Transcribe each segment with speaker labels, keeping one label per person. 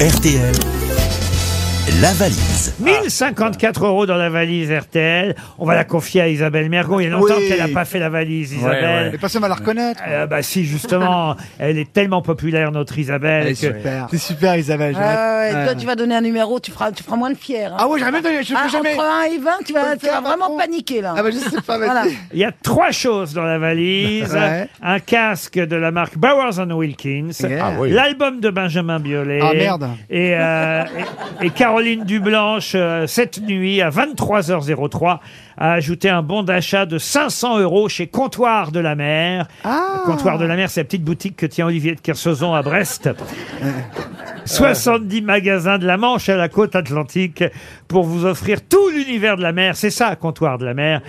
Speaker 1: RTL, la valise.
Speaker 2: 1054 euros dans la valise RTL. On va la confier à Isabelle Mergon. Il y a longtemps
Speaker 3: Oui.
Speaker 2: qu'elle n'a pas fait la valise, Isabelle.
Speaker 3: Et personne va la reconnaître.
Speaker 2: Euh, bah si, justement, elle est tellement populaire, notre Isabelle. que-
Speaker 3: C'est super, Isabelle.
Speaker 4: Ouais, ouais,
Speaker 3: j'arrête.
Speaker 4: Toi, tu vas donner un numéro, tu feras, tu feras moins de fier. hein.
Speaker 3: Ah ouais, j'aurais même donné, je
Speaker 4: Ah,
Speaker 3: fais jamais.
Speaker 4: Entre 1 et 20, tu
Speaker 3: Faut
Speaker 4: vas,
Speaker 3: le
Speaker 4: tu
Speaker 3: faire,
Speaker 4: vas vraiment
Speaker 3: patron.
Speaker 4: paniquer là.
Speaker 3: Ah bah je sais pas, vas-y.
Speaker 4: Voilà.
Speaker 2: Il y a trois choses dans la valise.
Speaker 3: Ouais.
Speaker 2: Un casque de la marque Bowers Wilkins.
Speaker 3: Yeah. Ah oui.
Speaker 2: L'album de Benjamin Biolay.
Speaker 3: Ah, merde.
Speaker 2: Et, euh, et- et Caroline Dublanche, euh, cette nuit, à 23h03, a ajouté un bon d'achat de 500 euros chez Comptoir de la Mer.
Speaker 3: Ah.
Speaker 2: Comptoir de la Mer, c'est la petite boutique que tient Olivier de Kersauzon à Brest. 70 magasins de la Manche à la côte atlantique pour vous offrir tout l'univers de la mer. C'est ça, comptoir de la mer.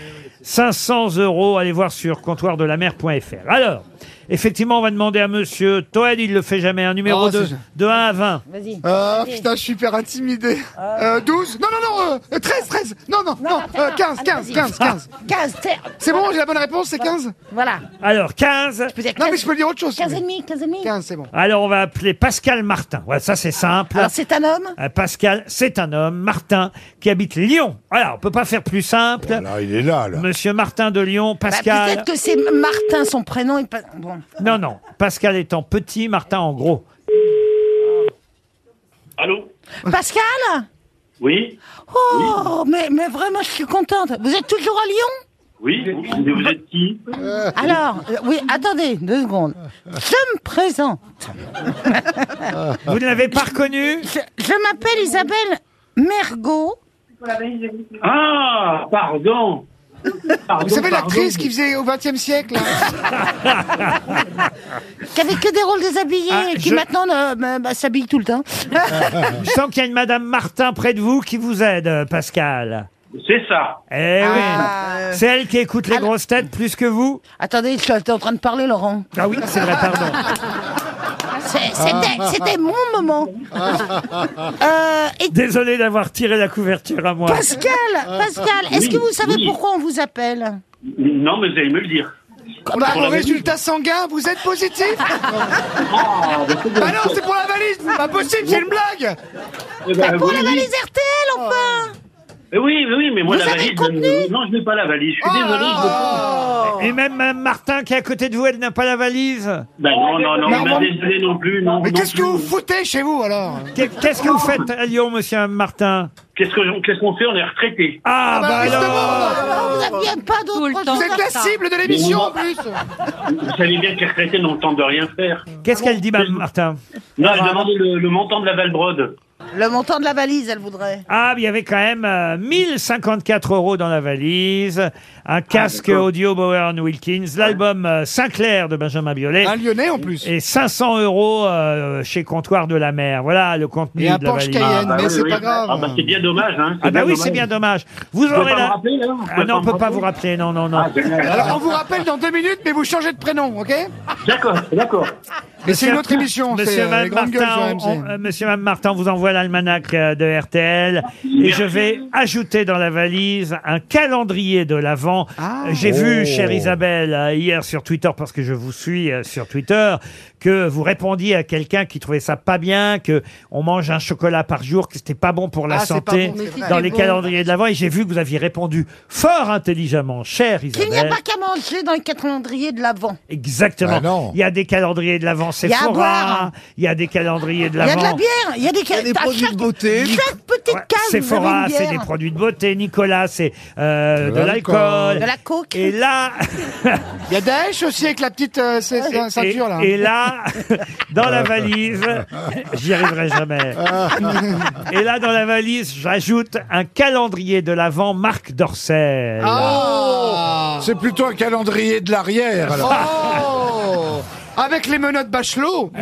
Speaker 2: 500 euros, allez voir sur comptoirdelamer.fr. Alors, effectivement, on va demander à monsieur Toed, il le fait jamais, un numéro
Speaker 3: Oh,
Speaker 2: de,
Speaker 3: c'est-
Speaker 2: de 1 à 20.
Speaker 4: Vas-y.
Speaker 3: Euh, putain, je suis hyper intimidé. Euh, 12 Non, non, non, euh, 13, 13 Non, non, non, euh, 15, 15, 15, 15.
Speaker 4: 15, terre.
Speaker 3: C'est bon, j'ai la bonne réponse, c'est 15
Speaker 4: Voilà.
Speaker 2: Alors, 15.
Speaker 4: Je peux dire
Speaker 3: Non,
Speaker 4: 15,
Speaker 3: mais je peux dire autre chose.
Speaker 4: 15 et demi, 15 et demi.
Speaker 3: 15, c'est bon.
Speaker 2: Alors, on va appeler Pascal Martin. Voilà, ça c'est simple.
Speaker 4: Alors, Ah, c'est un homme
Speaker 2: Euh, Pascal, c'est un homme, Martin, qui habite Lyon. Voilà, on peut pas faire plus simple.
Speaker 5: Là, Ah, il est là, là.
Speaker 2: Monsieur Martin de Lyon,
Speaker 4: Bah,
Speaker 2: Pascal.
Speaker 4: Peut-être que c'est Martin, son prénom. et pas- Bon.
Speaker 2: Non, non. Pascal étant petit, Martin en gros.
Speaker 6: Allô
Speaker 4: Pascal
Speaker 6: Oui
Speaker 4: Oh, mais, mais vraiment, je suis contente. Vous êtes toujours à Lyon
Speaker 6: Oui Mais vous êtes qui
Speaker 4: Alors, euh, oui, attendez, deux secondes. Je me présente.
Speaker 2: Vous ne l'avez pas reconnu
Speaker 4: Je, je m'appelle Isabelle Mergot.
Speaker 6: Ah Pardon Pardon,
Speaker 3: Vous savez
Speaker 6: pardon.
Speaker 3: l'actrice qui faisait au 20 e siècle là
Speaker 4: qui avait que des rôles déshabillés
Speaker 2: Ah,
Speaker 4: et qui
Speaker 2: je-
Speaker 4: maintenant euh, bah, bah, s'habille tout le temps.
Speaker 2: Je sens qu'il y a une Madame Martin près de vous qui vous aide, euh, Pascal.
Speaker 6: C'est ça
Speaker 2: Eh
Speaker 4: Ah,
Speaker 2: oui. C'est elle qui écoute les grosses têtes plus que vous
Speaker 4: Attendez, je suis en train de parler, Laurent.
Speaker 2: Ah oui, c'est vrai, pardon.
Speaker 4: C'est- C'était c'était mon moment. Euh, et
Speaker 2: Désolé d'avoir tiré la couverture à moi.
Speaker 4: Pascal, Pascal, est-ce que vous savez
Speaker 6: oui.
Speaker 4: pourquoi on vous appelle
Speaker 6: Non, mais vous allez me le dire.
Speaker 3: On a un Bah, résultat sanguin, vous êtes positif
Speaker 6: Ah, bah, c'est bon.
Speaker 3: Bah non, c'est pour la valise Pas possible, c'est une blague
Speaker 6: Eh ben,
Speaker 4: Ah, Pour la
Speaker 6: oui.
Speaker 4: valise RTL, enfin
Speaker 6: Eh Oui, oui, oui, mais moi,
Speaker 4: Vous
Speaker 6: la
Speaker 4: avez
Speaker 6: valise...
Speaker 4: contenu
Speaker 6: euh, Non, je n'ai pas la valise, je suis désolé. je ne-
Speaker 2: Et même Madame Martin qui est à côté de vous, elle n'a pas la valise.
Speaker 6: Bah non, non, non,
Speaker 3: Mais
Speaker 6: mais
Speaker 3: on-
Speaker 6: désolé non plus, non.
Speaker 3: Mais
Speaker 6: non
Speaker 3: qu'est-ce que
Speaker 6: plus.
Speaker 3: vous foutez chez vous alors
Speaker 2: Qu'est- Qu'est-ce que vous faites à Lyon, monsieur Martin
Speaker 6: Qu'est-ce que- qu'est-ce qu'on fait On est retraités.
Speaker 2: Ah, bah alors
Speaker 4: Ah, Vous n'aviez pas d'autre
Speaker 3: Vous êtes la cible de l'émission en plus
Speaker 6: Vous savez bien que les retraités n'ont le temps de rien faire.
Speaker 2: Qu'est-ce qu'elle dit, Madame Martin
Speaker 6: Non, elle demandait le, le montant de la Valbrode.
Speaker 4: Le montant de la valise, elle voudrait.
Speaker 2: Ah, mais il y avait quand même euh, 1054 euros dans la valise,
Speaker 6: Ah,
Speaker 2: un casque audio Bowen Wilkins, l'album euh, Sinclair de Benjamin
Speaker 6: Ah,
Speaker 2: Biolay.
Speaker 3: Un lyonnais en plus
Speaker 2: et 500 euros euh, chez Comptoir de la Mer. Voilà le contenu
Speaker 3: Et un
Speaker 2: de la
Speaker 3: Porsche
Speaker 2: valise.
Speaker 3: Cayenne, mais c'est pas grave
Speaker 6: Ah bah c'est bien dommage, hein.
Speaker 2: Ah bah oui,
Speaker 6: dommage.
Speaker 2: c'est bien dommage. Vous
Speaker 6: Vous pouvez
Speaker 2: aurez
Speaker 6: pas me
Speaker 2: la...
Speaker 6: rappeler, hein. là Vous
Speaker 2: Ah
Speaker 6: pouvez
Speaker 2: non, on
Speaker 6: me
Speaker 2: peut pas
Speaker 6: rappeler
Speaker 2: vous rappeler, non, non, non.
Speaker 6: Ah, génial.
Speaker 3: Alors on vous rappelle dans deux minutes, mais vous changez de prénom, ok
Speaker 6: D'accord, d'accord.
Speaker 3: Mais c'est une autre émission, c'est
Speaker 2: Monsieur
Speaker 3: euh, les
Speaker 2: Van
Speaker 3: grandes gueules sur
Speaker 2: Martin, on-
Speaker 3: AMC.
Speaker 2: euh, Monsieur Van Martin, on vous envoie l'almanach euh, de RTL et je vais ajouter dans la valise un calendrier de l'avant. J'ai vu, chère Isabelle, euh, hier sur Twitter parce que je vous suis euh, sur Twitter, que vous répondiez à quelqu'un qui trouvait ça pas bien, que on mange un chocolat par jour, que c'était pas bon pour la
Speaker 3: Ah, c'est pas
Speaker 2: santé
Speaker 3: bon, c'est vrai.
Speaker 2: dans les calendriers de l'avant et j'ai vu que vous aviez répondu fort intelligemment, chère
Speaker 4: Qu'il n'y a
Speaker 2: Isabelle.
Speaker 4: pas qu'à manger dans les calendriers de l'avant.
Speaker 2: Exactement.
Speaker 5: Bah non.
Speaker 2: il y a des calendriers de l'avant
Speaker 4: Il y a à
Speaker 2: Sephora,
Speaker 4: boire.
Speaker 2: il y a des calendriers de
Speaker 4: Il y
Speaker 2: l'avant.
Speaker 4: a de la bière, il y a des, à chaque-
Speaker 3: beauté
Speaker 4: Chaque petite
Speaker 2: Ouais,
Speaker 4: case, vous avez
Speaker 2: Sephora,
Speaker 4: une
Speaker 2: c'est
Speaker 4: bière.
Speaker 2: des produits de beauté. Nicolas, c'est euh, de
Speaker 5: De
Speaker 2: l'alcool.
Speaker 5: l'alcool.
Speaker 4: De la coke.
Speaker 2: Et là,
Speaker 3: Il y a Daesh aussi avec la petite euh, c- c-
Speaker 2: et,
Speaker 3: ceinture là Euh.
Speaker 2: et là, dans la valise, j'y arriverai jamais. et là, dans la valise, j'ajoute un calendrier de l'avant Marc Dorcel. Ah
Speaker 3: Oh
Speaker 5: C'est plutôt un calendrier de l'arrière, alors.
Speaker 3: Oh Avec les menottes bachelot
Speaker 2: Ah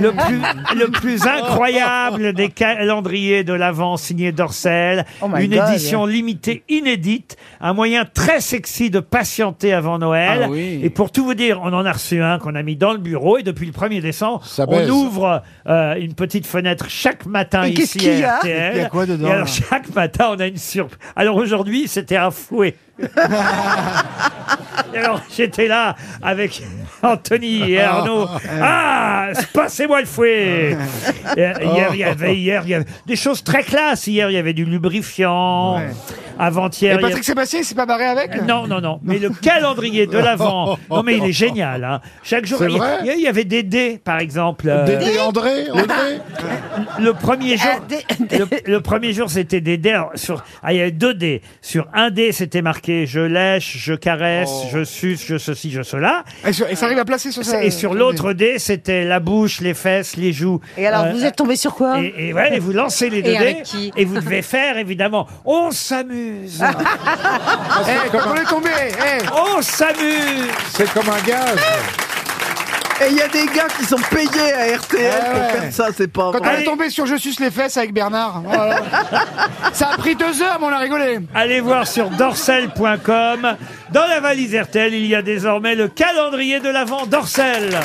Speaker 2: Le plus, le plus incroyable des calendriers de l'Avent signé Dorcel.
Speaker 4: Oh my
Speaker 2: une
Speaker 4: God.
Speaker 2: édition limitée, inédite. Un moyen très sexy de patienter avant Noël.
Speaker 3: Ah oui.
Speaker 2: Et pour tout vous dire, on en a reçu un qu'on a mis dans le bureau. Et depuis le 1er décembre,
Speaker 5: Ça
Speaker 2: on
Speaker 5: baise.
Speaker 2: ouvre euh, une petite fenêtre chaque matin
Speaker 4: Et qu'est-ce
Speaker 2: ici
Speaker 4: qu'il y a
Speaker 2: à RTL.
Speaker 3: Il y a quoi dedans,
Speaker 2: Et alors,
Speaker 3: là
Speaker 2: chaque matin, on a une surprise. Alors aujourd'hui, c'était un fouet. Et alors, j'étais là avec Anthony et Arnaud. Ah, passez-moi le fouet Et Hier, il y avait, hier, il y avait des choses très classes. Hier, il y avait du lubrifiant. Avant-hier,
Speaker 3: Et
Speaker 2: il y avait-
Speaker 3: Patrick Sébastien, il s'est pas barré avec
Speaker 2: non, non, non. Mais le calendrier de l'Avent, non mais il est génial. hein. Chaque jour,
Speaker 5: C'est
Speaker 2: il y-
Speaker 5: vrai
Speaker 2: il y, il y avait des dés, par exemple. euh,
Speaker 5: Dédé André, André
Speaker 2: le premier jour,
Speaker 4: Ah, des-
Speaker 2: le, le premier jour, c'était des dés. Alors, sur, ah, il y avait deux dés. Sur un dé, c'était marqué je lèche, je caresse, je suce, je ceci, je cela.
Speaker 3: Et, sur- et ça arrive à placer sur ça.
Speaker 2: Et sur l'autre dé, c'était la bouche, les fesses, les joues.
Speaker 4: Et alors,
Speaker 2: Euh,
Speaker 4: vous hein êtes tombé sur quoi
Speaker 2: et, et ouais, et vous lancez les deux
Speaker 7: avec
Speaker 2: dés
Speaker 7: qui
Speaker 2: et vous devez faire évidemment. On s'amuse,
Speaker 3: Eh, quand on est tombé, eh,
Speaker 2: on s'amuse.
Speaker 5: C'est comme un gage.
Speaker 8: Et il y a des gars qui sont payés à RTL
Speaker 5: ouais.
Speaker 8: pour faire ça, c'est pas
Speaker 3: Ah quand on
Speaker 8: vrai.
Speaker 2: Allez.
Speaker 3: est tombé sur Je suce les fesses avec Bernard. voilà. ça a pris deux heures, mais on a rigolé.
Speaker 2: Allez voir sur dorsel.com. Dans la valise RTL, il y a désormais le calendrier de l'avant Dorsel.